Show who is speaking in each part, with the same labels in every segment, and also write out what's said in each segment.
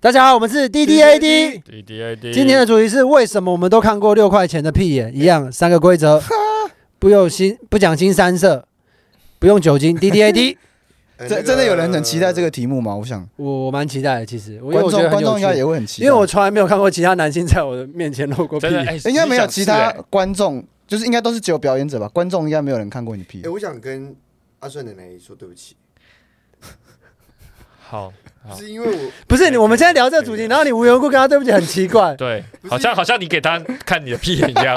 Speaker 1: 大家好，我们是 D D A D。
Speaker 2: D D A D，
Speaker 1: 今天的主题是为什么我们都看过六块钱的屁眼？一样三个规则，不用新不讲新三色，不用酒精。D D A D，
Speaker 3: 哎
Speaker 4: 真真的有人很期待这个题目吗？我想
Speaker 1: 我我蛮期待的，其实我因为
Speaker 4: 观
Speaker 1: 我觉
Speaker 4: 众
Speaker 1: 得很
Speaker 4: 观众
Speaker 1: 有
Speaker 4: 应该也
Speaker 1: 趣，
Speaker 4: 会很期待，
Speaker 1: 因为我从来没有看过其他男性在我的面前露过屁
Speaker 2: 真的
Speaker 1: 眼。
Speaker 2: 哎，
Speaker 4: 应该没有其他
Speaker 2: 你想试哎
Speaker 4: 观众，就是应该都是只有表演者吧？观众应该没有人看过你屁
Speaker 3: 哎、。我想跟阿顺奶奶说对不起，
Speaker 2: 好，好，
Speaker 3: 是因为我
Speaker 1: 不是你，我们现在聊这个主题，然后你无缘无故跟他对不起，很奇怪
Speaker 2: 对，好像好像你给他看你的屁眼一样，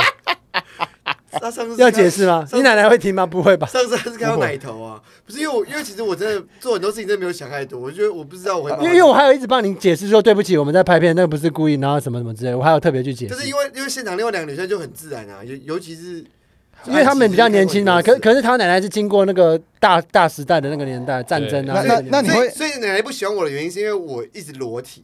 Speaker 3: 他上次
Speaker 1: 要解释吗
Speaker 3: 上？次
Speaker 1: 你奶奶会听吗？不会吧？
Speaker 3: 上次还是看到奶头啊，不是因为我，因为其实我真的做很多事情真的没有想太多，我觉得我不知道我会慢慢
Speaker 1: 因为因为我还有一直帮你解释说对不起，我们在拍片，那个不是故意，然后什么什么之类，我还有特别去解
Speaker 3: 就是
Speaker 1: 释
Speaker 3: 因。为因为现场另外两个女生就很自然啊，尤尤其是
Speaker 1: 因为他们比较年轻啊，
Speaker 3: 爱情
Speaker 1: 可
Speaker 3: 是
Speaker 1: 可是他奶奶是经过那个大大时代的那个年代战争啊
Speaker 4: 那，那那你
Speaker 3: 所以
Speaker 4: 会
Speaker 3: 所以奶奶不喜欢我的原因是因为我一直裸体，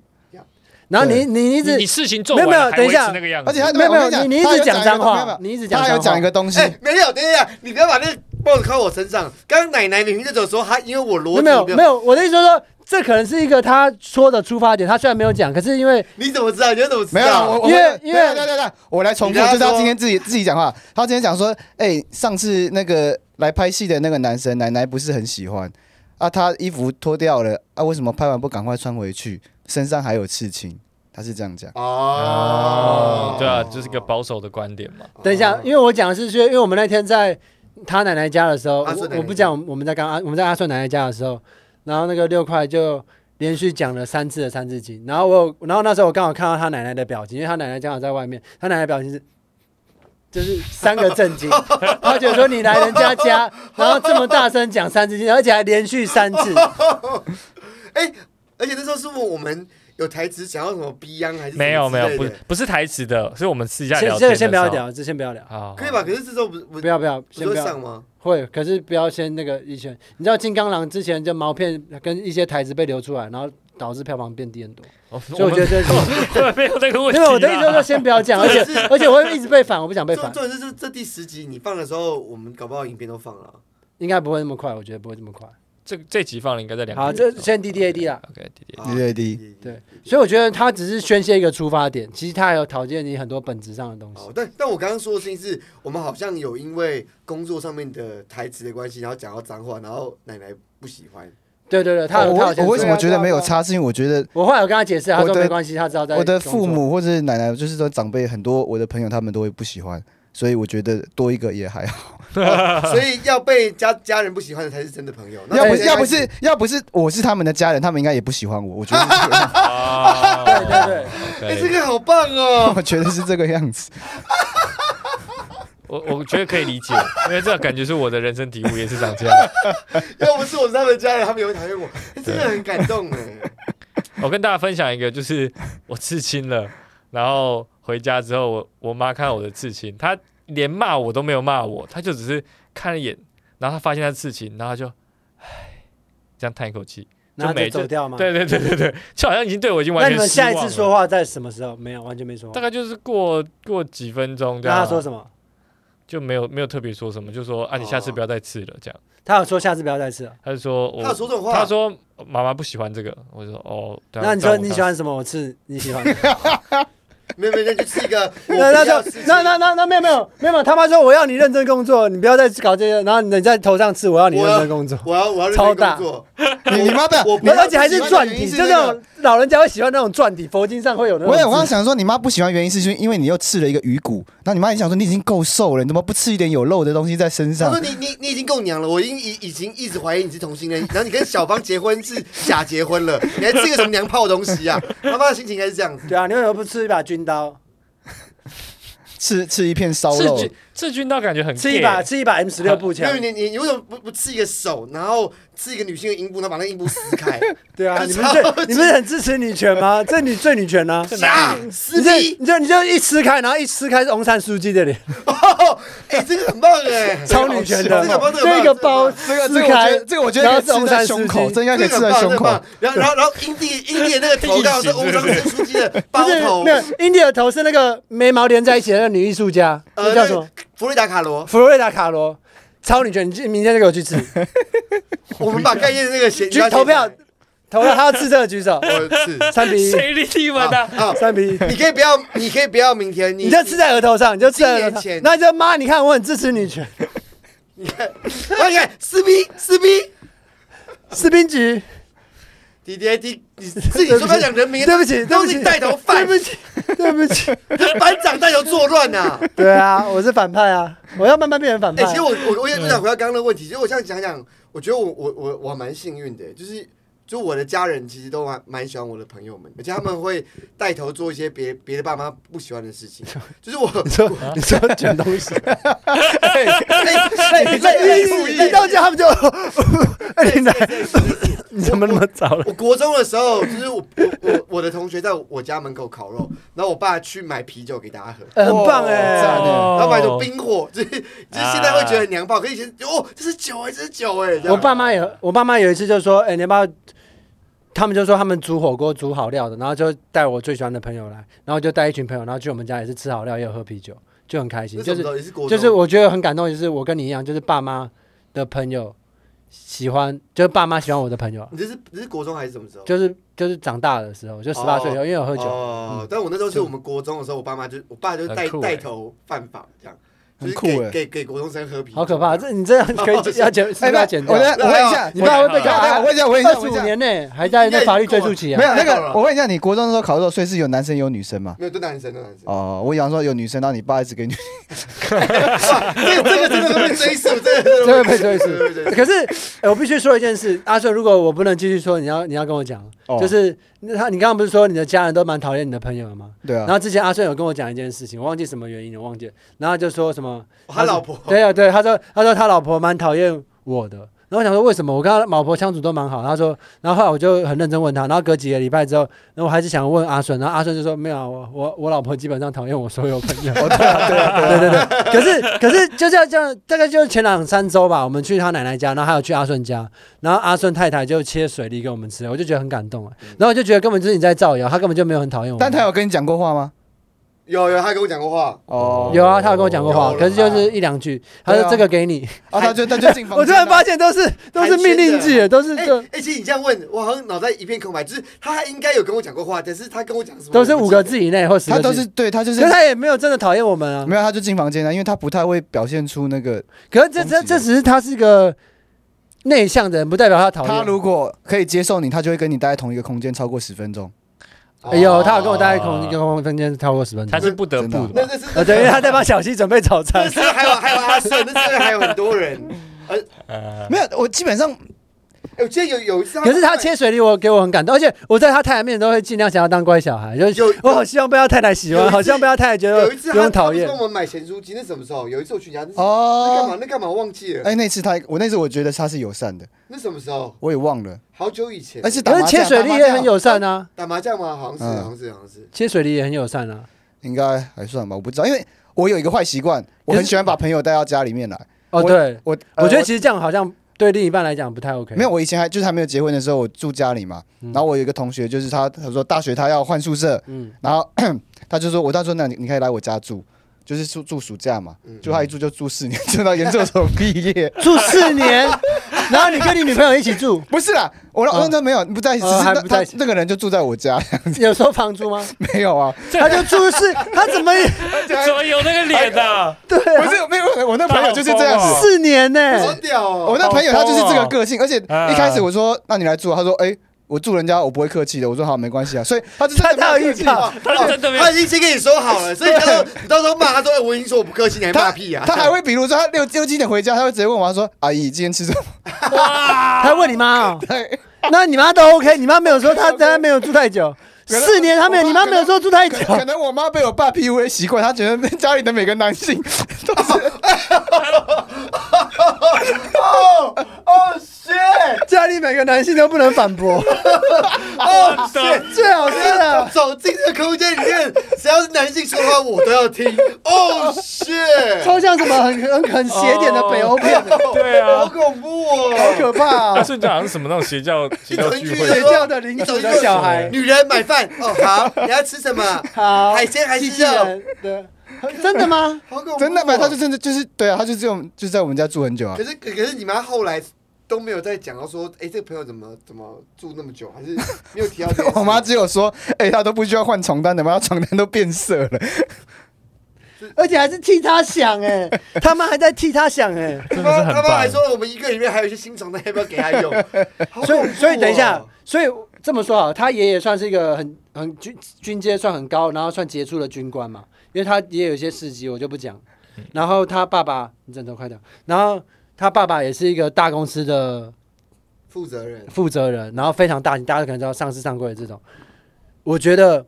Speaker 1: 然后你你 一
Speaker 2: 你
Speaker 1: 直
Speaker 2: 你事情做
Speaker 1: 没有
Speaker 2: 完
Speaker 1: 没有
Speaker 2: 了还
Speaker 1: 等一
Speaker 2: 维
Speaker 1: 下
Speaker 2: 持那个样子，
Speaker 4: 而且他
Speaker 1: 没有没有
Speaker 4: 我跟
Speaker 1: 你你一
Speaker 4: 讲他
Speaker 1: 直
Speaker 4: 有
Speaker 1: 讲
Speaker 4: 讲
Speaker 1: 脏
Speaker 4: 一个
Speaker 1: 话
Speaker 4: 没有没有
Speaker 1: 你一直讲
Speaker 4: 他还有
Speaker 1: 脏话
Speaker 4: 讲一个东西
Speaker 3: 哎、，没有，等一下，你不要把那个帽子靠我身上。刚刚奶奶明明就只有说她因为我裸体，
Speaker 1: 没有
Speaker 3: 你
Speaker 1: 没有，我的意思是说，这可能是一个他说的出发点，他虽然没有讲，可是因为
Speaker 3: 你怎么知道？你又怎么知
Speaker 4: 没
Speaker 3: 道？
Speaker 4: 有啦，我我
Speaker 1: 因为
Speaker 4: 我
Speaker 1: 因为
Speaker 4: 对啊对啊对啊对啊我来重复，
Speaker 3: 你跟他
Speaker 4: 就是他
Speaker 3: 说
Speaker 4: 今天自己自己讲话，他今天讲说，哎，上次那个来拍戏的那个男生奶奶不是很喜欢啊，他衣服脱掉了啊，为什么拍完不赶快穿回去？身上还有刺青，他是这样讲。
Speaker 3: 哦
Speaker 2: 哦，，对啊，就是个保守的观点嘛。
Speaker 1: 等一下，
Speaker 3: 哦
Speaker 1: 因为我讲的是说，因为我们那天在他奶奶家的时候，
Speaker 3: 阿顺奶奶
Speaker 1: 我
Speaker 3: 家
Speaker 1: 我不讲，我们在刚啊阿我们在阿顺奶奶家的时候，然后那个六块就连续讲了三次的三字经，然后我有，然后那时候我刚好看到他奶奶的表情，因为他奶奶刚好在外面，他奶奶表情是。就是三个震 惊，他觉得说你来人家家，然后这么大声讲三字经，而且还连续三 次，
Speaker 3: 哎、而且那时候是我我们有台词想要什么逼央
Speaker 1: 哎
Speaker 3: 还是什么
Speaker 2: 没有没有，
Speaker 3: 之类
Speaker 2: 不
Speaker 3: 的
Speaker 2: 是不是台词的，是我们私下
Speaker 1: 先
Speaker 2: 聊
Speaker 1: 这
Speaker 2: 天
Speaker 1: 个
Speaker 2: 的
Speaker 1: 先不要
Speaker 2: 时候。
Speaker 1: 聊，这先不要聊，
Speaker 2: 好，
Speaker 3: 可以吧？可是这时候不不
Speaker 1: 哦不要不要，
Speaker 3: 不
Speaker 1: 先
Speaker 3: 是会
Speaker 1: 不要
Speaker 3: 上吗？
Speaker 1: 会，可是不要先那个以前，你知道金刚狼之前就毛片跟一些台词被流出来，然后导致票房变低很多，
Speaker 2: 好？
Speaker 1: 所以我觉得这是，
Speaker 2: 得 没有那个问题
Speaker 1: 因
Speaker 2: 啦。
Speaker 1: 为我的意思就是说先不要讲，而且
Speaker 3: 重点是
Speaker 1: 而且我会一直被反，我不想被
Speaker 3: 重
Speaker 1: 反，
Speaker 3: 重点是这这第十集你放的时候，我们搞不好影片都放了。
Speaker 1: 应该不会那么快，我觉得不会这么快。
Speaker 2: 这这集放了应该在两个
Speaker 1: 好，
Speaker 2: 月左
Speaker 1: 这
Speaker 2: 右
Speaker 1: 先 D D A D 啦。
Speaker 2: OK D D
Speaker 3: 啊
Speaker 4: 对对对
Speaker 1: 对，所以我觉得他只是宣泄一个出发点，其实他还有讨厌你很多本质上的东西
Speaker 3: 好，。哦但但我刚刚说的事情是我们好像有因为工作上面的台词的关系，然后讲到脏话，然后奶奶不喜 欢。
Speaker 1: 对对对，他有
Speaker 4: 哦我
Speaker 1: 他有
Speaker 4: 我
Speaker 1: 先
Speaker 4: 我为
Speaker 1: 说
Speaker 4: 什么觉得没
Speaker 3: 啊
Speaker 4: 有差？是因为我觉得
Speaker 1: 我后来有跟他解释，他
Speaker 4: 我
Speaker 1: 说
Speaker 4: 的
Speaker 1: 没关系，他知道在
Speaker 4: 我的
Speaker 1: 工
Speaker 4: 父
Speaker 1: 作
Speaker 4: 母或者是奶奶，就是说长辈很多，我的朋友他们都会不喜欢，所以我觉得多一个也还好。
Speaker 3: 哦所以要被家家人不喜欢的才是真的朋友。那
Speaker 4: 要不
Speaker 3: 现在
Speaker 4: 要不
Speaker 3: 开始
Speaker 4: 是要不是我是他们的家人，他们应该也不喜欢我。我觉得 是这样，
Speaker 2: 啊，对
Speaker 1: 对对
Speaker 3: 哎、这个好棒 哦！
Speaker 4: 我觉得是这个样子。
Speaker 2: 我 我觉得可以理解，因为这个感觉是我的人生体悟，也是长这样。
Speaker 3: 要不是我是他们家人，他们也会讨厌我。哎真的很感动哎、
Speaker 2: 我跟大家分享一个， 就是我刺青了，然后回家之后，我我妈看到我的刺青，她连骂我都没有骂我，她就只是看了一眼，然后她发现她刺青，然后她就，唉，这样叹一口气。
Speaker 1: 然后
Speaker 2: 就
Speaker 1: 就
Speaker 2: 没
Speaker 1: 走掉嘛。
Speaker 2: 对对对对对，就好像已经对我已经完
Speaker 1: 那
Speaker 2: 全
Speaker 1: 你们
Speaker 2: 失望
Speaker 1: 下
Speaker 2: 了
Speaker 1: 一次说，话在什么时候？没有，完全没说
Speaker 2: 大
Speaker 1: 话。
Speaker 2: 概就是过过几分钟这
Speaker 1: 那
Speaker 2: 样，
Speaker 1: 他说什么？
Speaker 2: 就没有没有特别说什么，就说啊，你下次不要再刺了这样。
Speaker 1: 他有说下次不要再吃了。
Speaker 2: 她就说我
Speaker 3: 他有说这种话，
Speaker 2: 他说妈妈不喜欢这个，我就说哦，对啊
Speaker 1: 那你
Speaker 2: 但
Speaker 1: 说
Speaker 2: 我
Speaker 1: 你
Speaker 2: 当
Speaker 1: 喜欢什么？我吃你喜欢的。
Speaker 3: 没有没有，那就是一个我
Speaker 1: 那那
Speaker 3: 不要
Speaker 1: 那
Speaker 3: 事情
Speaker 1: 那那那那没有没有没有，他妈说我要你认真工作，你不要再搞这些，然后你在头上吃，我啊要你认真工作。
Speaker 3: 我要我要认
Speaker 1: 超
Speaker 3: 真
Speaker 1: 大
Speaker 3: 工作。
Speaker 4: 你你妈不要
Speaker 3: 我，不
Speaker 4: 你
Speaker 3: 要
Speaker 1: 而且还是篆体，
Speaker 3: 喜
Speaker 1: 就
Speaker 3: 欢的原因是
Speaker 1: 那种老人家会喜欢那种篆体，佛经上会有那种
Speaker 4: 我也我刚
Speaker 1: 字。
Speaker 4: 想说，你妈不喜欢原因是因为你又吃了一个鱼骨，那你妈也想说你已经够瘦了，你怎么不吃一点有肉的东西在身
Speaker 3: 他
Speaker 4: 上？
Speaker 3: 说你你你已经够娘了，我已经已已经一直怀疑你是同性恋，然后你跟小芳结婚是假结婚了，你还吃个什么娘炮东西啊？妈妈的心情应该是这样子。
Speaker 1: 对啊，你为什么不吃一把军刀，
Speaker 4: 吃吃一片烧
Speaker 2: 志
Speaker 4: 肉，
Speaker 2: 军志军倒感觉很 gay
Speaker 1: 吃一把吃一把 M 十六步
Speaker 3: 因
Speaker 1: 枪
Speaker 3: 为？你你你为什么不不吃一个手，然后吃一个女性的阴部，然后把那个阴部撕开？
Speaker 1: 对啊，
Speaker 3: 超
Speaker 1: 你们最你们很支持女权吗？ 这女最女权呢？
Speaker 3: 啊，撕
Speaker 1: 你这
Speaker 3: 逼！
Speaker 1: 你就你就一撕开，然后一撕开是翁山书记的脸，
Speaker 3: 哎，这个很棒哎，
Speaker 1: 超女权的
Speaker 3: 这个棒，这个棒
Speaker 1: 这个包
Speaker 4: 这个这
Speaker 1: 撕
Speaker 4: 个我觉
Speaker 1: 开
Speaker 4: 得，这个我觉得
Speaker 1: 然后
Speaker 4: 可以
Speaker 1: 是
Speaker 4: 吃
Speaker 1: 翁
Speaker 4: 在
Speaker 1: 山书记
Speaker 4: 胸口，这应该可以
Speaker 3: 这
Speaker 4: 吃
Speaker 3: 个
Speaker 4: 在
Speaker 3: 很棒，这
Speaker 4: 胸
Speaker 3: 个很
Speaker 4: 口
Speaker 3: 棒。。然后然后然后英帝英帝的那个头刚好是翁章生书记的包
Speaker 1: 就是
Speaker 3: 头，
Speaker 1: 那个印第尔头是那个眉毛连在一起的那个女艺术家，那
Speaker 3: 呃，
Speaker 1: 叫什么？？
Speaker 3: 佛瑞达卡罗。
Speaker 1: 佛罗里达卡罗，超女权，你今明天就给我去吃，
Speaker 3: 我们把概念那个写
Speaker 1: 去投票。投了，他要刺这个举手，
Speaker 3: 我是
Speaker 1: 三比一，
Speaker 2: 谁理你们的？
Speaker 3: 啊，
Speaker 1: 三比一。
Speaker 3: 你可以不要，你可以不要明天，你
Speaker 1: 你就刺在额头上，你就刺在额头
Speaker 3: 今年
Speaker 1: 上
Speaker 3: 前，
Speaker 1: 那你就妈，你看我很支持女权。
Speaker 3: 啊你看撕逼撕逼，
Speaker 1: 士兵局，
Speaker 3: 弟弟弟，你自己说不要讲人名，啊
Speaker 1: 对不起，对
Speaker 3: 都
Speaker 1: 不
Speaker 3: 是
Speaker 1: 起，
Speaker 3: 你带头犯，
Speaker 1: 对不起，对不起。
Speaker 3: 班长带头作乱 呐。
Speaker 1: 对啊，我是反派啊，我要慢慢变成反
Speaker 3: 哎、
Speaker 1: 派
Speaker 3: 其实
Speaker 1: 啊。
Speaker 3: 我我我也我想回到刚刚的问题，其实我这样讲讲，我觉得我我我我还蛮幸运的，就是就我的家人其实都蛮蛮喜欢我的朋友们，而且他们会带头做一些别别的爸妈不喜欢的 事情，就是我
Speaker 1: 你说你说卷东西，
Speaker 3: 哎
Speaker 1: 哎，你在
Speaker 3: 哎
Speaker 1: 一一到家他们就，哎，你来， 你怎么那么早了？
Speaker 3: 我国中的时候，就是我我我我的同学在我家门口烤肉，然后我爸去买啤酒给大家喝。
Speaker 1: 哎很棒
Speaker 4: 哇赞
Speaker 1: 哎
Speaker 4: 欸！
Speaker 3: 然后买那种冰火，就是就是现在会觉得很娘炮，可以前哦，这是酒哎、这是酒哎、这样
Speaker 1: 我爸妈有，我爸妈有一次就说，哎，你要不要？他们就说他们煮火锅煮好料的，然后就带我最喜欢的朋友来，然后就带一群朋友，然后去我们家也是吃好料，也有喝啤酒，就很开心。
Speaker 3: 这
Speaker 1: 就是
Speaker 3: 什么时候也是国
Speaker 1: 就
Speaker 3: 中，
Speaker 1: 是我觉得很感动，就是我跟你一样，就是爸妈的朋友喜欢，就是爸妈喜欢我的朋友，
Speaker 3: 你这是你这是国中还是什么时候？
Speaker 1: 就是就是长大的时候，就十八岁以后，因为我喝酒，嗯
Speaker 3: 哦，但我那时候是我们国中的时候，我爸妈就我爸就带
Speaker 2: 很酷欸
Speaker 3: 带头犯法这样，就是
Speaker 4: 很酷
Speaker 3: 给
Speaker 4: 欸
Speaker 3: 给给国中生喝啤酒，
Speaker 1: 好可怕！这你这样可以要剪，是不
Speaker 4: 哦哎，
Speaker 1: 是要
Speaker 4: 那
Speaker 1: 剪
Speaker 4: 我
Speaker 1: 掉？
Speaker 4: 再我问一下，
Speaker 1: 你爸会被
Speaker 4: 等一下
Speaker 1: 告
Speaker 4: 等一下哎我问一下，我问一
Speaker 1: 二
Speaker 4: 下，
Speaker 1: 十
Speaker 4: 我问
Speaker 1: 五
Speaker 4: 一下，
Speaker 1: 年内还在那法律追诉期
Speaker 4: 没
Speaker 1: 啊！
Speaker 4: 有那
Speaker 3: 太够
Speaker 4: 个，
Speaker 3: 了
Speaker 4: 我问一下，你国中的时候烤肉，所以是有男生有女生嘛？
Speaker 3: 没有都男生都男生，
Speaker 4: 哦，我想说有女生，然后你 爸一直给女，
Speaker 3: 哇 这个这个真的会被追溯，这
Speaker 1: 这
Speaker 3: 个真
Speaker 1: 个
Speaker 3: 的
Speaker 1: 被追
Speaker 3: 真的会
Speaker 1: 诉
Speaker 3: 被。
Speaker 1: 可是、哎我必须说一件事，阿顺，如果我不能继续说，你要你要跟我讲，
Speaker 4: 哦
Speaker 1: 就是那他你刚刚不是说你的家人都蛮讨厌你的朋友的吗？
Speaker 4: 对
Speaker 1: 然
Speaker 4: 啊，
Speaker 1: 后之前阿顺有跟我讲一件事情，我忘记什么原因了，我忘记了。然后他就说什么
Speaker 3: 哦他老婆
Speaker 1: 对啊，对，他说他说他老婆蛮讨厌我的。然后我想说为什么？我跟他老婆相处都蛮好。他说，然后后来我就很认真问他，然后隔几个礼拜之后，然后我还是想问阿顺，然后阿顺就说没有啊，我我我老婆基本上讨厌我所有朋友。
Speaker 4: 哦，对啊，对 啊，
Speaker 1: 对对对，可是可是就这样这样，大概就是前两三周吧，我们去他奶奶家，然后还有去阿顺家，然后阿顺太太就切水梨给我们吃，我就觉得很感动啊。然后我就觉得根本就是你在造谣，他根本就没有很讨厌我们。
Speaker 4: 嗯但他有跟你讲过话吗？
Speaker 3: 有有，他跟我讲过话，
Speaker 4: 哦，
Speaker 1: 有啊，他有跟我讲过话，
Speaker 3: 有啦
Speaker 1: 可是就是一两句，他
Speaker 4: 对啊
Speaker 1: 说这个给你。
Speaker 4: 啊，他就他就进房间啊，
Speaker 1: 哦 我突然发现都是都是命令句，都是
Speaker 3: 哎、
Speaker 1: 这
Speaker 3: 哎，其实你这样问，我好像脑袋一片空白，就是他应该有跟我讲过话，但是他跟我讲什么
Speaker 1: 都是五个
Speaker 3: 我
Speaker 1: 字以内或十个
Speaker 4: 他
Speaker 1: 字，
Speaker 4: 都是对他就是
Speaker 1: 可是他也没有真的讨厌我们啊。
Speaker 4: 没有，他就进房间了，因为他不太会表现出那个。
Speaker 1: 可是这这这只是他是个内向的人，不代表他讨
Speaker 4: 他
Speaker 1: 厌。
Speaker 4: 如果可以接受你，他就会跟你待在同一个空间超过十分钟。
Speaker 3: 不
Speaker 1: 哎
Speaker 3: 记得
Speaker 1: 呦，他有跟我待在
Speaker 2: 哦
Speaker 4: 啊
Speaker 1: 空一个空分间超过十分
Speaker 2: 他
Speaker 1: 钟。
Speaker 2: 是不得不
Speaker 4: 真
Speaker 2: 的
Speaker 3: 那
Speaker 2: 吧，
Speaker 3: 那是
Speaker 1: 呃，对，因为他在帮小西准备早
Speaker 3: 那
Speaker 1: 餐。
Speaker 3: 是还有还有阿顺，那是还有很多人。
Speaker 2: 呃
Speaker 1: 嗯
Speaker 4: 没有，我基本上
Speaker 3: 哎，我记得有有一次，
Speaker 1: 可是他切水梨，我给我很感动，而且我在他太太面前都会尽量想要当乖小孩，就是
Speaker 3: 有
Speaker 1: 我好希望被他太太喜
Speaker 3: 有一
Speaker 1: 欢，
Speaker 3: 次
Speaker 1: 好像被他太太觉得
Speaker 3: 有一次
Speaker 1: 不
Speaker 3: 他
Speaker 1: 用讨厌
Speaker 3: 他不是。跟我们买咸酥鸡，那什么时候？有一次我去你家，那是那干嘛？
Speaker 4: 哦，
Speaker 3: 那干嘛？我忘记了。
Speaker 4: 哎，那次他我那次我觉得他是友善的，
Speaker 3: 那什么时候？
Speaker 4: 我也忘了，
Speaker 3: 好久以前。
Speaker 4: 而且打
Speaker 1: 可是
Speaker 4: 麻
Speaker 1: 切
Speaker 4: 将
Speaker 1: 水
Speaker 4: 打
Speaker 1: 梨
Speaker 4: 麻
Speaker 1: 也
Speaker 4: 将
Speaker 1: 很友善啊，
Speaker 3: 打麻将吗？好像是，
Speaker 4: 嗯
Speaker 3: 好像是，好像是。
Speaker 1: 切水梨也很友善啊。
Speaker 4: 应该还算吧，我不知道，因为我有一个坏习惯，我很喜欢把朋友带到家里面来。
Speaker 1: 哦，对，
Speaker 4: 我呃
Speaker 1: 我觉得其实这样好像对另一半来讲不太 OK。
Speaker 4: 没有，我以前还就是还没有结婚的时候，我住家里嘛，
Speaker 1: 嗯
Speaker 4: 然后我有一个同学，就是他他说大学他要换宿舍，
Speaker 1: 嗯，
Speaker 4: 然后 他就说我到时候那你你可以来我家住，就是住住暑假嘛，
Speaker 3: 嗯
Speaker 4: 就他一住就住四年，住到研究所毕 业。
Speaker 1: 住四年，然后你跟你女朋友一起 住，
Speaker 4: 不是啦，我
Speaker 1: 哦
Speaker 4: 那那没有不在一起，只
Speaker 1: 哦
Speaker 4: 是
Speaker 1: 还
Speaker 4: 那
Speaker 1: 不在
Speaker 4: 他
Speaker 1: 一起
Speaker 4: 那个人就住在我家，
Speaker 1: 有收房租吗？
Speaker 4: 没有啊，
Speaker 1: 他就住四，他怎么也
Speaker 3: 啊
Speaker 2: 怎么有那个脸的？
Speaker 1: 对
Speaker 4: 不
Speaker 1: 啊？
Speaker 4: 是没有，我那朋友就是这样
Speaker 2: 好
Speaker 4: 子。
Speaker 1: 四年呢？
Speaker 3: 好屌哦！
Speaker 4: 我那朋友他就是这
Speaker 2: 好
Speaker 4: 个
Speaker 2: 疯哦
Speaker 4: 个性，而且
Speaker 2: 啊
Speaker 4: 一开始我说那你来住啊，他说哎、我住人家我不会客气的，我说好没关系啊，所以他就
Speaker 1: 他
Speaker 4: 真的
Speaker 1: 他
Speaker 4: 没
Speaker 1: 有
Speaker 4: 有
Speaker 1: 预
Speaker 4: 客气
Speaker 1: 兆，
Speaker 3: 哎
Speaker 2: 他真的没有
Speaker 3: 他已经先跟你说好了，所以他说你到时候骂他说，哎我已经说我不客气，你还骂屁啊？
Speaker 4: 他还会比如说他六六七点回家，他会直接问我，他说阿姨今天吃 什么？
Speaker 2: 哇！
Speaker 1: 他问你妈哦，
Speaker 4: 对
Speaker 1: 那你妈都 OK，你妈没有 说她她没有住太久，
Speaker 4: 可能
Speaker 1: 四年她没有，
Speaker 4: 我妈
Speaker 1: 你妈没有说住太久，
Speaker 4: 可可能我妈被我爸 PUA 习惯，她觉得家里的每个男 性都是
Speaker 1: Oh,
Speaker 3: 哦，shit！
Speaker 1: 家里每个男性都不能反驳，
Speaker 2: 我的
Speaker 1: 最好是啊，
Speaker 3: 走进这个空间里面，只要是男性说话，我都要听。哦，shit！
Speaker 1: 超像什么很很很邪典的北欧片，
Speaker 2: 对
Speaker 3: 好
Speaker 2: 啊，
Speaker 3: 恐怖
Speaker 1: 好
Speaker 3: 哦！
Speaker 1: 可怕
Speaker 2: 他
Speaker 1: 啊！
Speaker 2: 瞬间好像什么那种邪教邪教聚
Speaker 3: 一群
Speaker 1: 邪
Speaker 2: 会
Speaker 3: 人，
Speaker 1: 教的领主的小孩，
Speaker 3: 女人买饭哦，好，你要吃什么？
Speaker 1: 好，
Speaker 3: 海鲜还
Speaker 1: 机器
Speaker 3: 是肉？
Speaker 1: 人，对，真的吗？
Speaker 3: 好恐怖哦！
Speaker 4: 真的吗？他就真的就是对啊，他就这种就在我们家住很久啊
Speaker 3: 可。是可可是你妈后来都没有在讲到说，哎、这个朋友怎么怎么住那么久，还是 没有提到这件事。
Speaker 4: 我妈只有说，哎、她都不需要换床单的吗？她床单都变色了。
Speaker 1: 而且还是替他想哎、 他们还在替他想哎、
Speaker 2: 真的是
Speaker 3: 他妈
Speaker 2: 很
Speaker 3: 他妈还
Speaker 2: 棒。
Speaker 3: 说我们一个里面还有一些新床单，要不要给他 用？好
Speaker 1: 所
Speaker 3: 恐
Speaker 1: 以
Speaker 3: 怖
Speaker 1: 所以等一下
Speaker 3: 哦，，
Speaker 1: 所以这么说好，他爷爷算是一个很很军军阶算很高，然后算杰出的军官嘛，因为他也有一些事迹，我就不讲。然后他爸爸，你枕头快点。然后他爸爸也是一个大公司的
Speaker 3: 负责人
Speaker 1: 负责人，然后非常大，大家可能知道上市上柜的这种。我觉得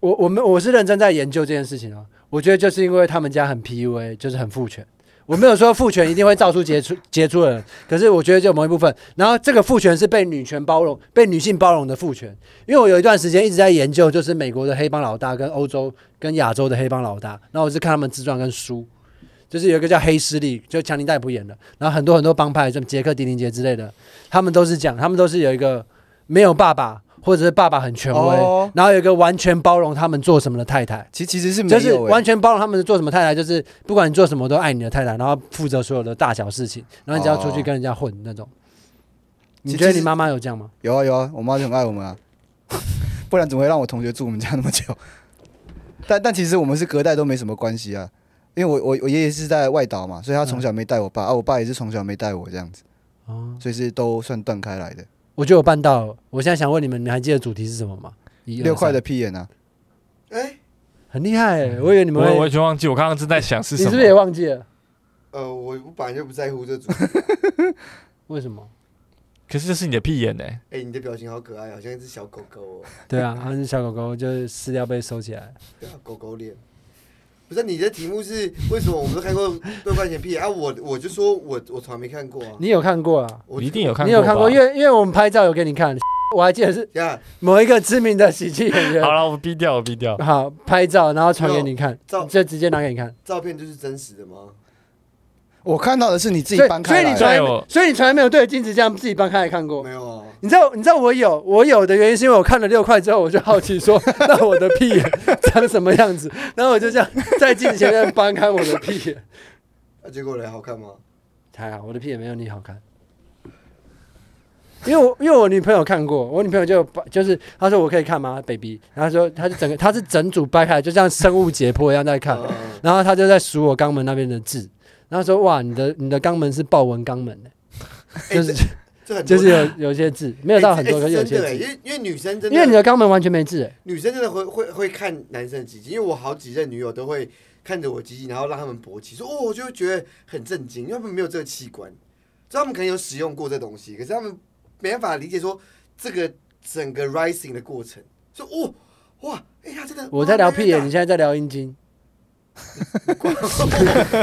Speaker 1: 我我们我是认真在研究这件事情啊。我觉得就是因为他们家很 PUA，就是很父权。我没有说父权一定会造出杰出 杰出的人，可是我觉得就某一部分，然后这个父权是被女权包容、被女性包容的父权。因为我有一段时间一直在研究，就是美国的黑帮老大跟欧洲跟亚洲的黑帮老大，然后我是看他们自传跟书，就是有一个叫黑势力，就强尼戴普演的，然后很多很多帮派，像杰克狄林杰之类的，他们都是讲，他们都是有一个没有爸爸，或者是爸爸很权威，
Speaker 4: 哦
Speaker 1: 然后有一个完全包容他们做什么的太太。
Speaker 4: 其其实是没有、
Speaker 1: 就
Speaker 4: 欸，
Speaker 1: 是完全包容他们做什么太太，就是不管你做什么都爱你的太太，然后负责所有的大小事情，然后你只要出去跟人家混那种。你
Speaker 4: 哦其
Speaker 1: 觉得
Speaker 4: 其
Speaker 1: 你
Speaker 4: 实
Speaker 1: 妈妈有这样吗？
Speaker 4: 有啊有啊，我妈就很爱我们啊， 不然怎么会让我同学住我们家那么久？ 但但其实我们是隔代都没什么关系啊，因为我我我爷爷是在外岛嘛，所以他从小没带我爸、啊，我爸也是从小没带我这样子，
Speaker 1: 嗯哦，
Speaker 4: 所以是都算断开来的。
Speaker 1: 我觉得我办到了。我现在想问你们，你还记得主题是什么吗？一
Speaker 4: 六块，
Speaker 1: 二
Speaker 4: 的嗯
Speaker 1: 三
Speaker 4: 屁眼啊，
Speaker 3: 哎、
Speaker 1: 很厉害欸、我以为你们
Speaker 2: 我我
Speaker 1: 会，
Speaker 2: 已经忘记我刚刚正在想是
Speaker 1: 你
Speaker 2: 什
Speaker 1: 是
Speaker 2: 么
Speaker 1: 不是。也忘记了？
Speaker 3: 呃，我我本来就不在乎这组。
Speaker 1: 为什么？
Speaker 2: 可是这是你的屁眼欸呢、
Speaker 3: 哎、你的表情好可爱，好像一只小狗狗哦，
Speaker 1: 对 啊，它是小狗狗，就是饲料被收起来。
Speaker 3: 对啊，狗狗脸。不是啊你的题目是为什么我们都看过六块钱屁啊？我我就说我我从来没看过啊。
Speaker 1: 你有看过啊？
Speaker 3: 我
Speaker 2: 你一定有看过吧，
Speaker 1: 你有看过？因为因为我们拍照有给你看， 我还记得是
Speaker 3: 呀，
Speaker 1: 某一个知名的喜剧演员，
Speaker 2: 好了，我逼掉，我 逼掉。
Speaker 1: 好拍照，然后传给你看，
Speaker 3: 照
Speaker 1: 就直接拿给你看。
Speaker 3: 照片就是真实的吗？
Speaker 4: 我看到的是你自己
Speaker 1: 所以
Speaker 4: 搬开
Speaker 1: 所以你
Speaker 4: 来
Speaker 1: 从
Speaker 4: 的，
Speaker 1: 来
Speaker 2: 对我
Speaker 1: 没，所以你从来没有对镜子这样自己搬开来看过
Speaker 3: 没。有啊，
Speaker 1: 你知道，你知道我有，我有的原因是因为我看了六块之后，我就好奇说， 那我的屁眼长什么样子？然后我就这样在镜子前面搬开我的屁眼。
Speaker 3: 那、结果嘞好看吗？
Speaker 1: 还好，我的屁眼没有你好看。因为我因为我女朋友看过，我女朋友就把就是她说我可以看吗，baby？然后她说她就整个她是整组掰开，就像生物解剖一样在看，
Speaker 3: 呃
Speaker 1: 然后她就在数我肛门那边的痣，然后说哇，你的你的肛门是豹纹肛门的、欸
Speaker 3: 哎
Speaker 1: 就是
Speaker 3: 这很多
Speaker 1: 就是有有一些痣，没
Speaker 3: 没
Speaker 1: 有到很多，可
Speaker 3: 个
Speaker 1: 是有
Speaker 3: 真
Speaker 1: 些
Speaker 3: 的欸，因
Speaker 1: 痣，
Speaker 3: 为因为女生真的，
Speaker 1: 因为你的肛门完全没痣、欸，
Speaker 3: 女生真的会会会看男生的鸡鸡，因为我好几任女友都会看着我鸡鸡，然后让他们勃起，说哦，我就会觉得很震惊，因为他们没有这个器官，所以他们可能有使用过这东西，可是他们没办法理解说这个整个 rising 的过程，说哦哇，哎、呀，真的，啊
Speaker 1: 我在聊屁眼，
Speaker 3: 哇
Speaker 1: 你现在在聊阴茎，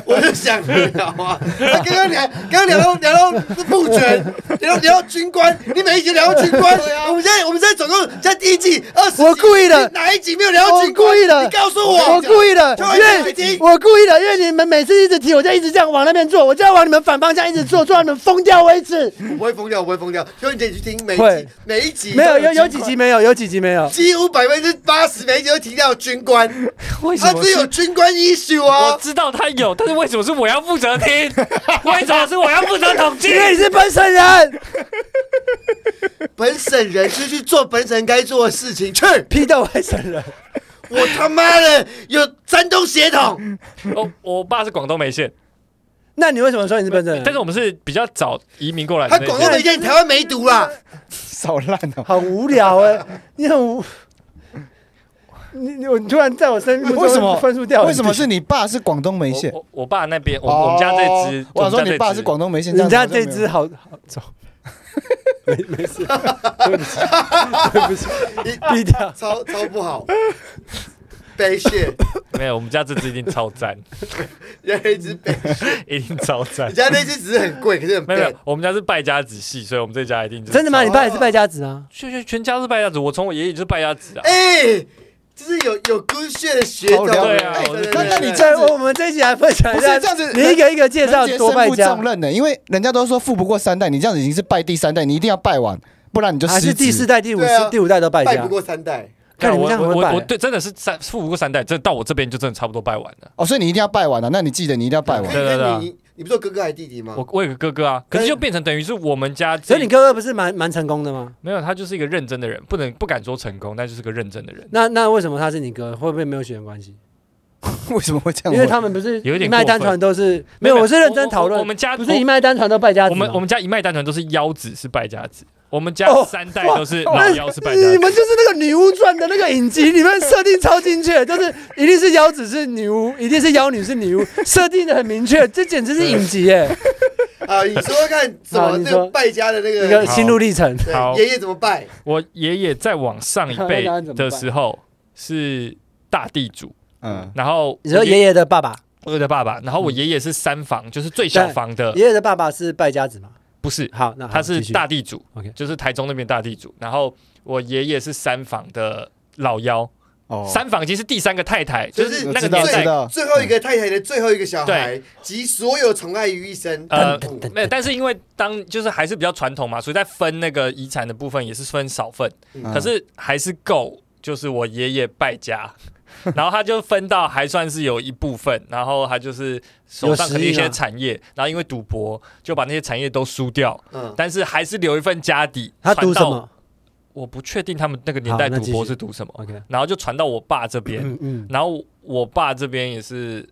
Speaker 3: 我就想聊啊，他刚刚聊，刚刚聊到聊到部权，聊到聊到军官，你每一集聊到军官，我们现在我们现在总共现在第一季二十集，
Speaker 1: 啊我故意的
Speaker 3: 你哪一集没有聊到
Speaker 1: 我
Speaker 3: 军官？
Speaker 1: 故意的，
Speaker 3: 你告诉
Speaker 1: 我故意的，
Speaker 3: 就会
Speaker 1: 因
Speaker 3: 被
Speaker 1: 为
Speaker 3: 听
Speaker 1: 我故意的，因为你们每次一直提，我就一直这样往那边做，我就要往你们反方向一直做，做到你们疯掉为止。
Speaker 3: 我不会疯掉，我不会疯掉。邱文杰，你去听每一
Speaker 1: 会
Speaker 3: 集，每一集
Speaker 1: 没有，有
Speaker 3: 都
Speaker 1: 有
Speaker 3: 军
Speaker 1: 几
Speaker 3: 官
Speaker 1: 集，没有，有几集没有。
Speaker 3: 几乎百分之八十每一集都提到军官，
Speaker 2: 为什
Speaker 3: 他
Speaker 2: 么
Speaker 3: 只
Speaker 2: 是
Speaker 3: 有军官 issue
Speaker 2: 我
Speaker 3: 啊。
Speaker 2: 知道他有，但是为什么是我要负责听？为什么是我要负责统计
Speaker 1: 因？为你是本省人，
Speaker 3: 本省人是去做本省该做的事情去。
Speaker 1: 批斗外省人。
Speaker 3: 我他妈的有山东血统，
Speaker 2: 哦，我爸是广东梅县，
Speaker 1: 那你为什么说你是本省人？
Speaker 2: 但是我们是比较早移民过来的
Speaker 3: 他
Speaker 2: 那
Speaker 3: 广
Speaker 2: 些
Speaker 3: 东的一件台湾梅毒啦。
Speaker 4: 少烂哦。
Speaker 1: 很无聊哎、你很无， 你你我你突然在我生命中
Speaker 4: 为什么
Speaker 1: 分数掉？
Speaker 4: 为什么是？你爸是广东梅县？
Speaker 2: 我我我爸那边，我我们家这只
Speaker 4: 哦，我想
Speaker 2: 我
Speaker 4: 说
Speaker 2: 们家
Speaker 4: 你爸
Speaker 2: 这
Speaker 4: 是
Speaker 2: 只
Speaker 4: 广东梅县，
Speaker 1: 人
Speaker 4: 这
Speaker 1: 家
Speaker 4: 样子好
Speaker 1: 这
Speaker 4: 像没
Speaker 1: 只
Speaker 4: 有
Speaker 1: 好好走，没没事，对不起，对不起，
Speaker 4: 啊
Speaker 1: 低调。
Speaker 3: 超超不好。北蟹，
Speaker 2: 没有，我们家这只一定超赞，
Speaker 3: 原来一只北，
Speaker 2: 一定超赞
Speaker 3: 人。家那只只是很贵，可是很
Speaker 2: 没有，没有
Speaker 3: 笨。
Speaker 2: 我们家是败家子系，所以我们这家一定就是
Speaker 1: 真的吗？
Speaker 2: 超
Speaker 1: 你爸也是败家子啊？
Speaker 2: 全全全家都是败家子，我从我爷爷就是败家子啊。
Speaker 3: 哎，就是有有 good shit 的血
Speaker 4: 好
Speaker 3: 统。
Speaker 4: 聊
Speaker 2: 对啊
Speaker 3: 哎
Speaker 2: 我就
Speaker 3: 对对
Speaker 2: 觉
Speaker 3: 对
Speaker 2: 得
Speaker 3: 对
Speaker 4: 你这
Speaker 1: 对，我我们这一集来分享一
Speaker 4: 不
Speaker 1: 下
Speaker 4: 是这样子
Speaker 1: 你一个一个介绍
Speaker 4: 人杰
Speaker 1: 多败
Speaker 4: 身负
Speaker 1: 家
Speaker 4: 重，任呢、因为人家都说富不过三代，你这样子已经是拜第三代，你一定要拜完，不然你就
Speaker 1: 还
Speaker 4: 失
Speaker 1: 是
Speaker 4: 职
Speaker 1: 第四代、第五
Speaker 3: 对啊
Speaker 1: 代、第五代都败
Speaker 3: 拜
Speaker 1: 家
Speaker 3: 不？过三代，
Speaker 1: 看你们
Speaker 2: 我
Speaker 1: 这样
Speaker 2: 我
Speaker 1: 很会
Speaker 2: 我我
Speaker 1: 败。
Speaker 2: 对真的是三富不过三代，这到我这边就真的差不多败完了。
Speaker 4: 啊哦，所以你一定要拜完了、那你记得你一定要拜完。
Speaker 2: 对对对
Speaker 3: 你你不是有哥哥还是弟弟
Speaker 1: 嗯
Speaker 3: 吗？
Speaker 2: 我我有个哥哥啊，可是
Speaker 3: 但
Speaker 2: 就变成等于是我们家
Speaker 1: 所
Speaker 2: 这
Speaker 1: 以你哥哥不是蛮蛮成功的吗？
Speaker 2: 没有，他就是一个认真的人，不能不敢说成功，但就是个认真的人。
Speaker 1: 那那为什么他是你哥？会不会没有血缘关系？
Speaker 4: 为什么会这样问？
Speaker 1: 因为他们不是
Speaker 2: 有一点
Speaker 1: 一脉
Speaker 2: 过分
Speaker 1: 单传都是没有，我是认真讨
Speaker 2: 我我我
Speaker 1: 论
Speaker 2: 我，们家
Speaker 1: 不是一脉啊单传都败家子
Speaker 2: 我
Speaker 1: 吗。
Speaker 2: 们我们家一脉单传都是腰子是败家子，我们家
Speaker 1: 哦
Speaker 2: 三 代都是老腰是败家
Speaker 1: 你
Speaker 2: 子。
Speaker 1: 们就是那个女巫传的那个影集里面设定超精确，就是一定是妖子是女巫，一定是妖女是女 巫，设定的很明确，这简直是影集耶，
Speaker 3: 啊，你说说看怎
Speaker 1: 好
Speaker 3: 么
Speaker 1: 你
Speaker 3: 那
Speaker 1: 说
Speaker 3: 个败家的那
Speaker 1: 一个
Speaker 3: 个
Speaker 1: 心路历程。
Speaker 3: 对
Speaker 2: 好
Speaker 3: 爷爷怎么败？
Speaker 2: 我爷爷在往上一辈
Speaker 1: 那怎么办
Speaker 2: 的时候是大地主，
Speaker 4: 嗯，
Speaker 2: 然后
Speaker 1: 你说爷
Speaker 2: 爷
Speaker 1: 爷的爸爸，
Speaker 2: 我的爸爸，然后我爷爷是三房，就是最小房的，
Speaker 1: 爷爷的爸爸是败家子吗？
Speaker 2: 不是，
Speaker 1: 好，那好
Speaker 2: 呃他是
Speaker 1: 啊继续
Speaker 2: 大地主
Speaker 1: OK，
Speaker 2: 就是台中那边大地主。然后我爷爷是三房的老幺，
Speaker 4: 哦，
Speaker 2: 三房已经是第三个太太，就
Speaker 3: 就是是
Speaker 2: 那个
Speaker 4: 知道
Speaker 2: 年
Speaker 4: 知
Speaker 2: 代
Speaker 4: 道
Speaker 3: 最后一个太太的最后一个小孩，集所有宠爱于一身。
Speaker 2: 呃
Speaker 3: 嗯
Speaker 2: 没有，但是因为当就是还是比较传统嘛，所以在分那个遗产的部分也是分少份，
Speaker 4: 嗯
Speaker 2: 可是还是够，就是我爷爷败家，然后他就分到还算是有一部分，然后他就是手上
Speaker 1: 有实力
Speaker 2: 肯定一些
Speaker 1: 啦
Speaker 2: 产业，然后因为赌博就把那些产业都输掉，
Speaker 3: 嗯，
Speaker 2: 但是还是留一份家底。
Speaker 1: 他读
Speaker 2: 传
Speaker 1: 什
Speaker 2: 到？
Speaker 1: 么
Speaker 2: 我不确定他们那个年
Speaker 1: 好
Speaker 2: 代
Speaker 1: 那
Speaker 2: 赌
Speaker 1: 继
Speaker 2: 博
Speaker 1: 续
Speaker 2: 是赌什么，
Speaker 1: ？OK，
Speaker 2: 然后就传到我爸这边，
Speaker 1: 嗯嗯，
Speaker 2: 然后我爸这边也是，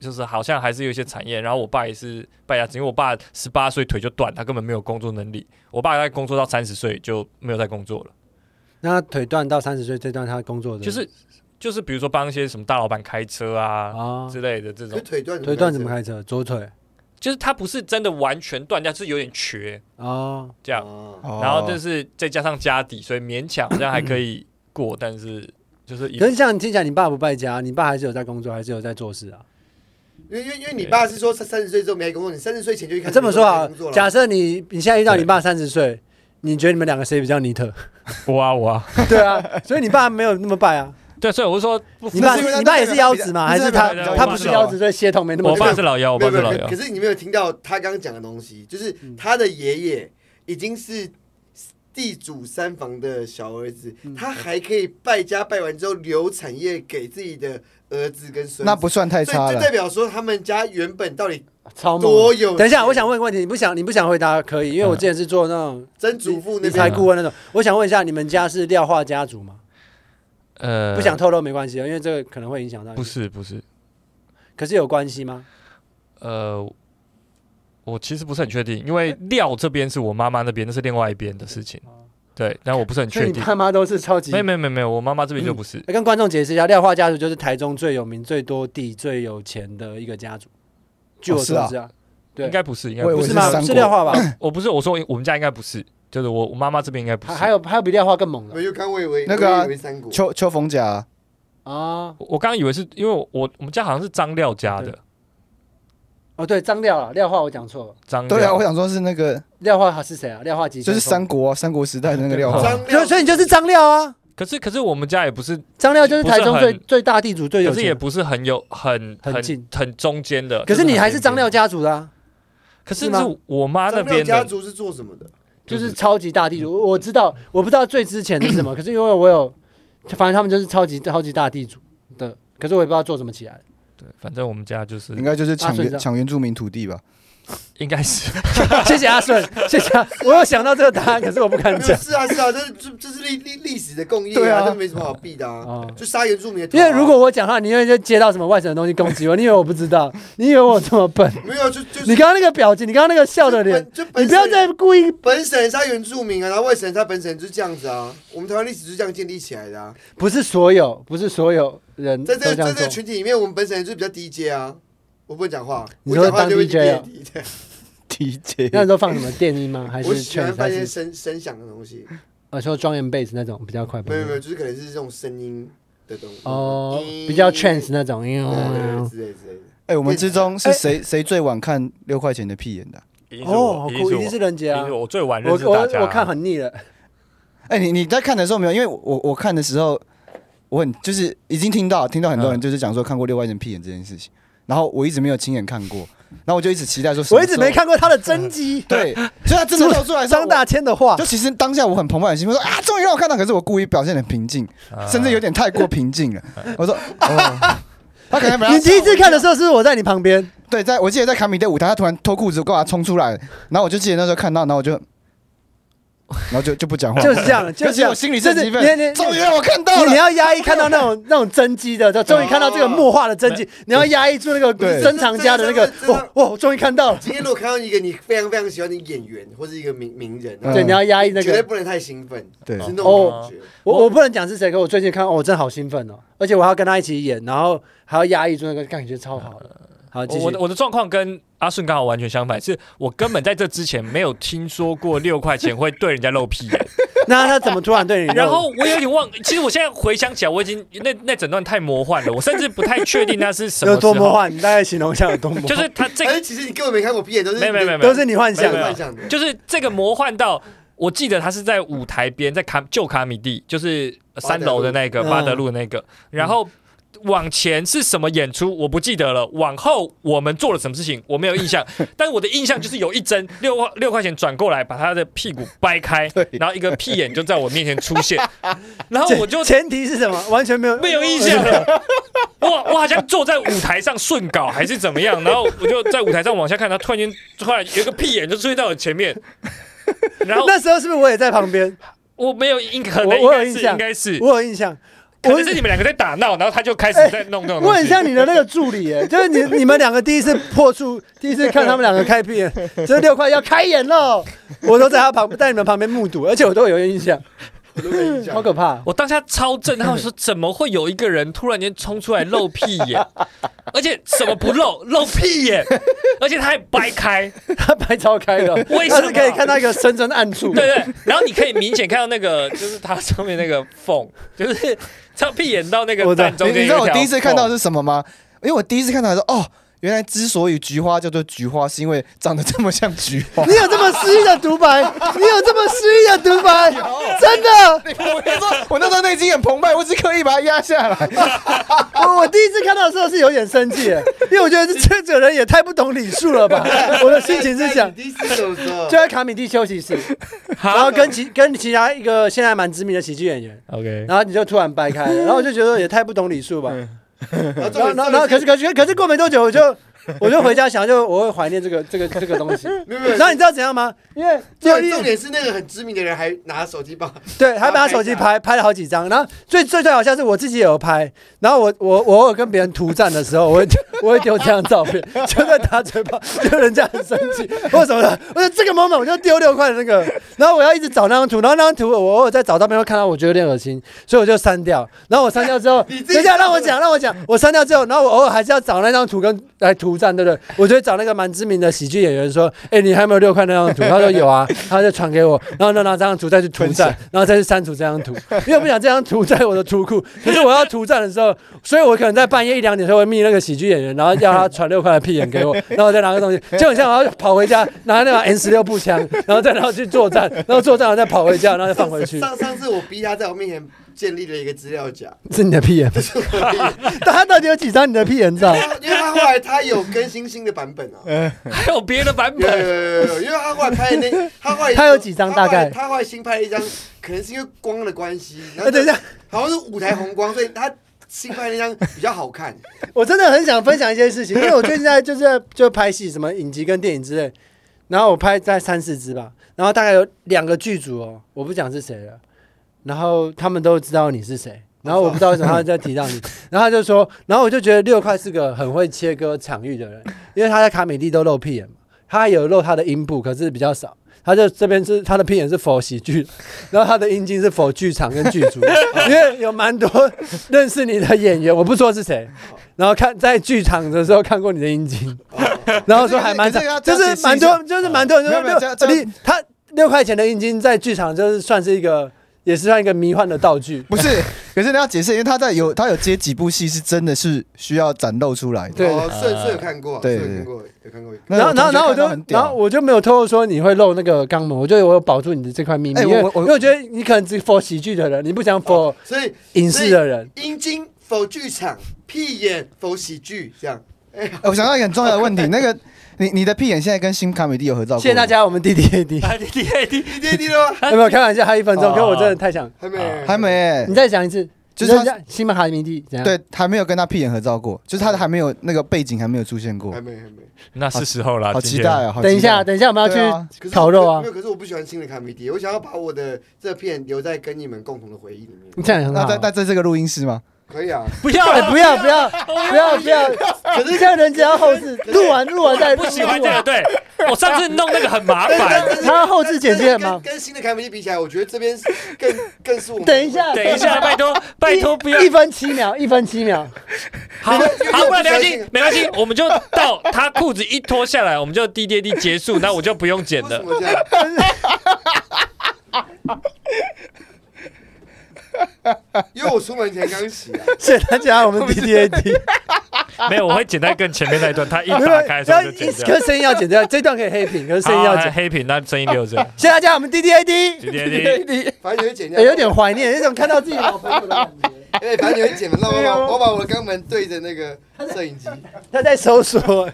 Speaker 2: 就是好像还是有一些产业，然后我爸也是败家子，因为我爸十八岁腿就断，他根本没有工作能力。我爸在工作到三十岁就没有在工作了，
Speaker 1: 那他腿断到三十岁这段他工作的
Speaker 2: 就是就是比如说帮一些什么大老板开车啊
Speaker 1: 啊，
Speaker 2: 之类的这种
Speaker 3: 就，腿断，
Speaker 1: 腿断怎么？开车？左腿
Speaker 2: 就是他不是真的完全断掉，就是有点瘸
Speaker 1: 哦，
Speaker 2: 这样，
Speaker 3: 哦
Speaker 4: 哦
Speaker 2: 然后就是再加上家底，所以勉强好像还可以过，但是就是一
Speaker 1: 可是这样听起来你爸不败家，你爸还是有在工作，还是有在做事啊。
Speaker 3: 因为因为因为你爸是说三三十岁之后没工作，你三十岁前就一开始
Speaker 1: 这么说啊好
Speaker 3: 没工作，了
Speaker 1: 假设你你现在遇到你爸三十岁，你觉得你们两个谁比较尼特？
Speaker 2: 我啊我啊，
Speaker 1: 对啊，所以你爸没有那么败啊。
Speaker 2: 对，所以我就说不
Speaker 1: 你爸
Speaker 4: 那是因为他
Speaker 1: 你爸也是腰子吗？还
Speaker 4: 那
Speaker 1: 是
Speaker 4: 是
Speaker 1: 他
Speaker 2: 那是
Speaker 1: 他不是腰子，所以血统没那么
Speaker 2: 我
Speaker 1: 重
Speaker 2: 爸是老幺，我爸
Speaker 3: 没有
Speaker 2: 是
Speaker 3: 没有
Speaker 2: 老
Speaker 3: 可
Speaker 2: 幺
Speaker 3: 可，是你没有听到他刚刚讲的东西，就是
Speaker 1: 嗯
Speaker 3: 他的爷爷已经是地主三房的小儿子，
Speaker 1: 嗯
Speaker 3: 他还可以败家败完之后留产业给自己的儿子跟孙子，
Speaker 4: 那不算太
Speaker 3: 所
Speaker 4: 差
Speaker 3: 以就
Speaker 4: 了
Speaker 3: 代。表说他们家原本到底
Speaker 1: 超猛
Speaker 3: 多。有？
Speaker 1: 等一下，我想问个问题，你不想你不想回答可以，因为我
Speaker 2: 嗯
Speaker 1: 之前是做那种
Speaker 3: 曾祖父
Speaker 1: 理
Speaker 3: 那
Speaker 1: 财
Speaker 3: 边
Speaker 2: 啊
Speaker 1: 顾问那种。我想问一下，你们家是廖化家族吗？
Speaker 2: 呃，
Speaker 1: 不想透露没关系，哦因为这个可能会影响到你。
Speaker 2: 不是不是，
Speaker 1: 可是有关系吗？
Speaker 2: 呃，我其实不是很确定，因为料这边是我妈妈那边，那是另外一边的事情。对，但我不是很
Speaker 1: 所以
Speaker 2: 确
Speaker 1: 你嗯
Speaker 2: 定。
Speaker 1: 爸妈都是超级哎
Speaker 2: 没有没有没有没有，我妈妈这边就不是。
Speaker 1: 跟观众解释一下，廖化家族就是台中最有名、最多地、最有钱的一个家族。据我
Speaker 4: 哦是
Speaker 1: 所
Speaker 4: 啊
Speaker 1: 知啊，对
Speaker 2: 应该不是，应该
Speaker 4: 我以
Speaker 2: 不
Speaker 1: 不
Speaker 4: 为
Speaker 1: 是
Speaker 2: 是
Speaker 4: 是
Speaker 1: 吗？
Speaker 4: 三
Speaker 1: 是
Speaker 4: 国
Speaker 1: 廖化吧？
Speaker 2: 我不是我说我们家应该不是，就是我我妈妈这边应该不是。
Speaker 1: 还还有还有比廖化更猛的
Speaker 3: 我就刚我以为
Speaker 4: 那个啊
Speaker 3: 我以为三国，
Speaker 4: 邱邱逢甲啊，
Speaker 1: 啊！
Speaker 2: 我，我刚刚以为是因为我我我们家好像是张廖家的，
Speaker 1: 哦，对，张廖啊，廖化我讲错了，
Speaker 2: 张
Speaker 4: 对啊，
Speaker 2: 廖
Speaker 4: 我想说是那个，
Speaker 1: 廖化是谁啊？廖化吉
Speaker 4: 就是三，国啊，三国时代的那个廖化。
Speaker 3: 张
Speaker 1: 所以
Speaker 3: 亮
Speaker 1: 所以你就是张廖啊，
Speaker 2: 可是可是我们家也不是，
Speaker 1: 张廖就是台中
Speaker 2: 不是
Speaker 1: 最
Speaker 2: 很
Speaker 1: 最大地主最有
Speaker 2: 可是
Speaker 1: 钱
Speaker 2: 也
Speaker 1: 的，
Speaker 2: 不是很有很
Speaker 1: 很近
Speaker 2: 很中间的。
Speaker 1: 可
Speaker 2: 就是
Speaker 1: 你还是
Speaker 2: 很
Speaker 1: 张廖
Speaker 2: 边边，
Speaker 1: 家族的啊，
Speaker 2: 可是
Speaker 1: 是吗
Speaker 2: 是我妈那
Speaker 3: 张亮
Speaker 2: 边
Speaker 3: 家
Speaker 2: 的，
Speaker 3: 族是做什么的？
Speaker 1: 就是超级大地
Speaker 3: 嗯
Speaker 1: 主。我我知道，我不知道最值钱的是什么，可是因为我有，反正他们就是超级超级大地主的，可是我也不知道做什么起来。
Speaker 2: 对，反正我们家就是
Speaker 4: 应该就是抢
Speaker 1: 啊所以这
Speaker 4: 原
Speaker 1: 样
Speaker 4: 抢原住民土地 吧？
Speaker 2: 应该是
Speaker 1: 哦 谢谢阿顺， 谢谢阿，我有想到这个答案，可是我不敢
Speaker 3: 没有
Speaker 1: 讲。
Speaker 3: 是啊是啊，这这这是历历历史的共业
Speaker 4: 对啊
Speaker 3: 这没什么好避的啊，
Speaker 1: 啊，
Speaker 3: 就杀原住民的头啊。
Speaker 1: 因为如果我讲话，你会就接到什么外省的东西攻击我，你以为我不知道？ 你以为我这么笨？
Speaker 3: 没有就就是
Speaker 1: 你刚刚那个表情，你刚刚那个笑的脸，
Speaker 3: 就本，
Speaker 1: 你
Speaker 3: 就本省
Speaker 1: 不要再故意。
Speaker 3: 本省人杀原住民啊，然后外省人杀本省人就是这样子啊。我们台湾历史就是这样建立起来的啊。
Speaker 1: 不是所有，不是所有人
Speaker 3: 在
Speaker 1: 都
Speaker 3: 这
Speaker 1: 这
Speaker 3: 个在
Speaker 1: 样
Speaker 3: 这个
Speaker 1: 做。
Speaker 3: 群体里面，我们本省人就是比较低阶啊。我不会讲话，
Speaker 1: 你
Speaker 3: 我
Speaker 1: 说
Speaker 3: 讲话就会
Speaker 1: 当 DJ 啊
Speaker 3: 变低。
Speaker 4: DJ
Speaker 1: 那时候放什么电音吗？还
Speaker 3: 我
Speaker 1: 是
Speaker 3: 喜
Speaker 1: 全
Speaker 3: 欢
Speaker 1: 还
Speaker 3: 放一些
Speaker 1: 是
Speaker 3: 声声响的东西，
Speaker 1: 呃说庄严 bass 那种比较快吧？
Speaker 3: 没有没有，就是可能是这种声音的东西。
Speaker 1: 嗯哦
Speaker 3: 嗯，
Speaker 1: 比较 trance 那种。
Speaker 3: 对对对
Speaker 1: 哦，
Speaker 3: 之类之类的。
Speaker 4: 哎，我们之中是谁谁最晚看六块钱的屁眼的啊？
Speaker 2: 一定是我
Speaker 1: 哦好
Speaker 2: 一定
Speaker 1: 酷，
Speaker 2: 是
Speaker 1: 一
Speaker 2: 我
Speaker 1: 定是人杰啊
Speaker 2: 因为！我最晚
Speaker 1: 我
Speaker 2: 认识
Speaker 1: 我
Speaker 2: 大家啊、
Speaker 1: 我看很腻了，
Speaker 4: 哎，你你在看的时候没有？因为我我我看的时候，我很就是已经听到听到很
Speaker 1: 嗯
Speaker 4: 多人就是讲说看过六块钱屁眼这件事情，然后我一直没有亲眼看过，然后我就一直期待说，
Speaker 1: 我一直没。看过他的真集。
Speaker 4: 对，所以他真的露出来的时候
Speaker 1: 张大千的画
Speaker 4: 就，其实当下我很澎湃的兴奋，说啊，终于让我看到，可是我故意表现得很平静，
Speaker 2: 啊
Speaker 4: 甚至有点太过平静了。我说，哦，他可能本来
Speaker 1: 啊你第一次看的时候，是不是我在你旁边？
Speaker 4: 对，在我记得在卡米的舞台，他突然脱裤子，我干嘛冲出来？然后我就记得那时候看到，然后我就，然后就就不讲话，
Speaker 1: 就是这样，就
Speaker 4: 可
Speaker 1: 是
Speaker 4: 是
Speaker 1: 这样。
Speaker 4: 我心里
Speaker 1: 就是是
Speaker 4: 很
Speaker 1: 你
Speaker 4: 激
Speaker 1: 你
Speaker 4: 愤，
Speaker 1: 你
Speaker 4: 终于让我看到
Speaker 1: 你你
Speaker 4: 了。
Speaker 1: 要压抑看到那种那种真机的，就终于看到这个墨画的真机，你要压抑住那个
Speaker 4: 对
Speaker 1: 珍藏家的那个
Speaker 3: 这这，这
Speaker 1: 哇哇，我终于看到了。
Speaker 3: 今天如果看到一个你非常非常喜欢的演员或是一个名名人啊，
Speaker 4: 嗯
Speaker 1: 对，你要压抑那
Speaker 3: 绝对
Speaker 1: 个。哦
Speaker 3: 不能太兴奋，
Speaker 4: 对
Speaker 3: 是那种感觉。
Speaker 1: 我我不能讲是谁，可我最近看，哦我真的好兴奋哦，而且我还要跟他一起演，然后还要压抑住那个，感觉超好的。好，继
Speaker 2: 我我
Speaker 1: 续
Speaker 2: 的。我的状况跟阿顺刚好完全相反，是我根本在这之前没有听说过六块钱会对人家 露屁眼，
Speaker 1: 那他怎么突然对你？
Speaker 2: 然后我有点忘，其实我现在回想起来，我已经那那整段太魔幻了，我甚至不太确定那是什 么
Speaker 1: 有
Speaker 2: 时
Speaker 1: 多
Speaker 2: 候，
Speaker 1: 魔幻？你大概形容一下有多魔幻？
Speaker 2: 就是他这
Speaker 3: 但
Speaker 2: 个
Speaker 3: 是其实你根本没看过屁眼，都是
Speaker 2: 没有没有没有没有
Speaker 1: 都是你幻想啊
Speaker 2: 没有
Speaker 1: 的
Speaker 2: 没有。
Speaker 3: 幻想的。
Speaker 2: 就是这个魔幻到，我记得他是在舞台边，在卡旧卡米蒂，就是三楼的那个
Speaker 3: 嗯
Speaker 1: 巴德路
Speaker 2: 巴德路那个，然后。往前是什么演出我不记得了，往后我们做了什么事情我没有印 象，但我的印象就是有一针六块六块钱转过来，把他的屁股掰 开，然后一个屁眼就在我面前出现，然后我就
Speaker 1: 前提是什么？完全没有
Speaker 2: 没有印象了。我我好像坐在舞台上顺稿还是怎么样，然后我就在舞台上往下看，他突然间突然有一个屁眼就出现在我前面，然后
Speaker 1: 那时候是不是我也在旁边？
Speaker 2: 我没有应可
Speaker 1: 我
Speaker 2: 能应
Speaker 1: 我
Speaker 2: 该
Speaker 1: 有印
Speaker 2: 是
Speaker 1: 象
Speaker 2: 应该是，
Speaker 1: 我有印象，
Speaker 2: 可
Speaker 1: 我
Speaker 2: 能是你们两个在打闹，然后他就开始在弄这种
Speaker 1: 我
Speaker 2: 东
Speaker 1: 很
Speaker 2: 西。
Speaker 1: 像你的那个助理 耶，就是你你们两个第一次破处，第一次看他们两个开闭眼，这六块要开眼喽，我都在他旁在你们旁边目睹，而且我都有印象，
Speaker 3: 我都没印象
Speaker 1: 好可怕。
Speaker 2: 我当下超震撼，我说怎么会有一个人突然间冲出来露屁眼，而且什么不露，露屁眼，而且他还掰开，
Speaker 1: 他白超开的，
Speaker 2: 为
Speaker 1: 他
Speaker 2: 什
Speaker 1: 是
Speaker 2: 么
Speaker 1: 可以看到一个深深暗处。
Speaker 2: 对对，然后你可以明显看到那个，就是它上面那个缝，就是它屁眼到那
Speaker 1: 我
Speaker 2: 个
Speaker 1: 知道
Speaker 2: 蛋中
Speaker 4: 你
Speaker 2: 间。
Speaker 4: 你知道我第一次看到的，是什么吗？因为我第一次看到的时候，哦，原来之所以菊花叫做菊花，是因为长得这么像菊 花。
Speaker 1: 你有这么诗意的独白，你有这么诗意的独白，真的。
Speaker 4: 我那时候 我那时候内心很澎湃，我只刻意把它压下来。
Speaker 1: 哦我我第一次看到的时候是有点生气耶，因为我觉得这 这这人也太不懂礼数了吧。我的心情是想，
Speaker 3: 第一次什么时候
Speaker 1: 就？在卡米蒂休息 室，然后跟其跟其他一个现在蛮知名的喜剧演员，
Speaker 2: OK，
Speaker 1: 然后你就突然掰开 了，然后我就觉得也太不懂礼数吧。
Speaker 3: 嗯然后
Speaker 1: 然后
Speaker 3: 重点
Speaker 1: 然后然后可是可是可是过没多久我 就。我就回家想，就我会怀念这个这个这个东西。
Speaker 3: 没有没有
Speaker 1: 然后你知道怎样吗？因为
Speaker 3: 重
Speaker 1: 最
Speaker 3: 点
Speaker 1: 近
Speaker 3: 重点是那个很知名的人还拿手机帮，
Speaker 1: 对，还把手机拍拍了好几张。然后最最最好笑是我自己也有拍。然后我我我偶尔跟别人图战的时候，我会 我会丢这张照片， 就在打嘴巴， 就人家很生气或什么的。我说这个 moment 我就丢六块的那个，然后我要一直找那张图，然后那张图我偶尔在找照片会看到，我觉得有点恶心，所以我就删掉。然后我删掉之后，
Speaker 3: 你自己
Speaker 1: 等一下让我讲，让我讲。我删掉之后，然后我偶尔还是要找那张图跟来图战，对不对？我就会找那个蛮知名的喜剧演员说：“哎、你还有没有六块那张图？” 他说有啊，他就传给我，然后就拿这张图再去图战，然后再去删除这张图，因为我不想这张图在我的图库。 可是我要图战的时候，所以我可能在半夜一两点的时候会密那个喜剧演员，然后要他传六块的屁眼 给我，然后我再拿个东西，就很像我要跑回家拿那把 N 十六步 枪，然后再然后去作战，然后作战完再跑回家，然后再放 回去，
Speaker 3: 上上次我逼他在我面前建立了一个资料夹，
Speaker 1: 是你的屁眼。 他到底有几张你的屁眼照？
Speaker 3: 因为他后来他有更新新的版本 啊，
Speaker 2: 还有别的版
Speaker 3: 有 有
Speaker 2: 本，
Speaker 3: 有有有，因为他后来拍的那他后来
Speaker 1: 他有几张大概
Speaker 3: 他后来他后来新拍了一张，可能是因为光的关系，然
Speaker 1: 哎，
Speaker 3: 后
Speaker 1: 等一下，
Speaker 3: 好像是舞台红光，所以他新拍那张比较好看。
Speaker 1: 我真的很想分享一些事情，因为我最近在就是在就拍戏，什么影集跟电影之类，然后我拍在三四支吧，然后大概有两个剧组哦，我不讲是谁了，然后他们都知道你是
Speaker 4: 哦
Speaker 1: 谁，然后我不知道为什么他在提 到你，然后他就说，然后我就觉得六块是个很会切割场域的人，因为他在卡美利都露屁眼嘛，他有露他的阴部，可是比较少。他就这边是他的屁眼是否喜剧，然后他的阴茎是否剧场跟剧 组，因为有蛮多认识你的演员，我不说是谁，然后看在剧场的时候看过你的阴茎，然后说还蛮
Speaker 4: 哦可是要这
Speaker 1: 就
Speaker 4: 样
Speaker 1: 是蛮多，就是蛮多人
Speaker 4: 啊没有没有
Speaker 1: 就说
Speaker 4: 这样这
Speaker 1: 六
Speaker 4: 样
Speaker 1: 你他六块钱的阴茎在剧场就是算是一个，也是算一个迷幻的道具。
Speaker 4: 不是，可是你要解释，因为他在有他有接几部戏是真的是需要展露出来的。
Speaker 1: 对
Speaker 3: 哦顺顺有看过，顺
Speaker 4: 对
Speaker 3: 有看过，有看过。
Speaker 4: 那
Speaker 1: 然后，然后，然后我
Speaker 4: 同学看到
Speaker 1: 就
Speaker 4: 很，屌
Speaker 1: 然后我就没有透露说你会露那个肛门，我就我有保住你的这块秘密，
Speaker 4: 哎
Speaker 1: 因为
Speaker 4: 我我
Speaker 1: 因为我觉得你可能只 for 喜剧的人，你不想 for
Speaker 3: 哦所以
Speaker 1: 影视的人。
Speaker 3: 阴茎否剧场，屁眼否喜剧，这样。
Speaker 4: 哎我想到一个很重要的问 题，那个你你的屁眼现在跟新卡米蒂有合照过吗？
Speaker 1: 谢谢大家，我们 D D A D，
Speaker 2: 啊，D D A D，
Speaker 3: 你爹地了吗？
Speaker 1: 有没有开玩笑？还有一分钟，
Speaker 4: 哦
Speaker 1: 可我真的太想，
Speaker 3: 还没，
Speaker 4: 还没、欸
Speaker 1: 你再讲一次，
Speaker 4: 就是
Speaker 1: 你知
Speaker 4: 他
Speaker 1: 道西门哈迷弟怎样？，
Speaker 4: 对还没有跟他屁眼合照过，就是他还没有那个背景还没有出现过
Speaker 3: 还，没还没。
Speaker 2: 那是时候啦，
Speaker 4: 好
Speaker 2: 今
Speaker 4: 期
Speaker 2: 天
Speaker 4: 待啊！好期待
Speaker 1: 等一下，，等一下我们要
Speaker 4: 对啊
Speaker 1: 去
Speaker 3: 可是
Speaker 1: 烤肉啊
Speaker 3: 没有，可是我不喜欢新的卡米迪，我想要把我的这片留在跟你们共同的回忆里面。
Speaker 1: 你这样也很
Speaker 4: 那
Speaker 1: 好
Speaker 4: 在
Speaker 1: 啊。
Speaker 4: 那在这个录音室吗？
Speaker 3: 可以 啊，
Speaker 2: 不要
Speaker 1: 哎
Speaker 2: 了，
Speaker 1: 不要不要不要不要！可是像人家要后置，录完录完再
Speaker 2: 不喜欢这样。对我上次弄那个很 麻
Speaker 3: 但
Speaker 2: 烦。
Speaker 3: 是
Speaker 1: 他后置剪辑很忙
Speaker 3: 但是跟跟新的卡米迪比起来，我觉得这边是更更是我们。
Speaker 1: 等一下，
Speaker 2: 等一下，拜托拜托不要
Speaker 1: 一，分七秒，一分七秒。
Speaker 2: 好好，不然没关系，没关系，我们就到他裤子一脱下来，我们就滴滴滴结束，那我就不用剪
Speaker 3: 为什
Speaker 2: 了。
Speaker 3: 么这样？ 因为我出门前刚洗啊，
Speaker 1: 谢谢大家，我们 D D A D。
Speaker 2: 没有，我会剪在更前面那一段，他一
Speaker 1: 没有
Speaker 2: 打开的时
Speaker 1: 要
Speaker 2: 候
Speaker 1: 一
Speaker 2: 就剪掉
Speaker 1: 可。是声音要剪掉，这段可以黑屏，可是声音要
Speaker 2: 好
Speaker 1: 剪。
Speaker 2: 黑屏，那声音留着。
Speaker 1: 谢谢大家，我们 D D A D。
Speaker 2: DDAD
Speaker 1: D，
Speaker 3: 反正你会剪掉。
Speaker 1: 哎有点怀念，有种看到自己老朋友的感觉。
Speaker 3: 哎，反正你会剪的，让我把我把我的肛门对着那个摄影机。
Speaker 1: 他在搜索，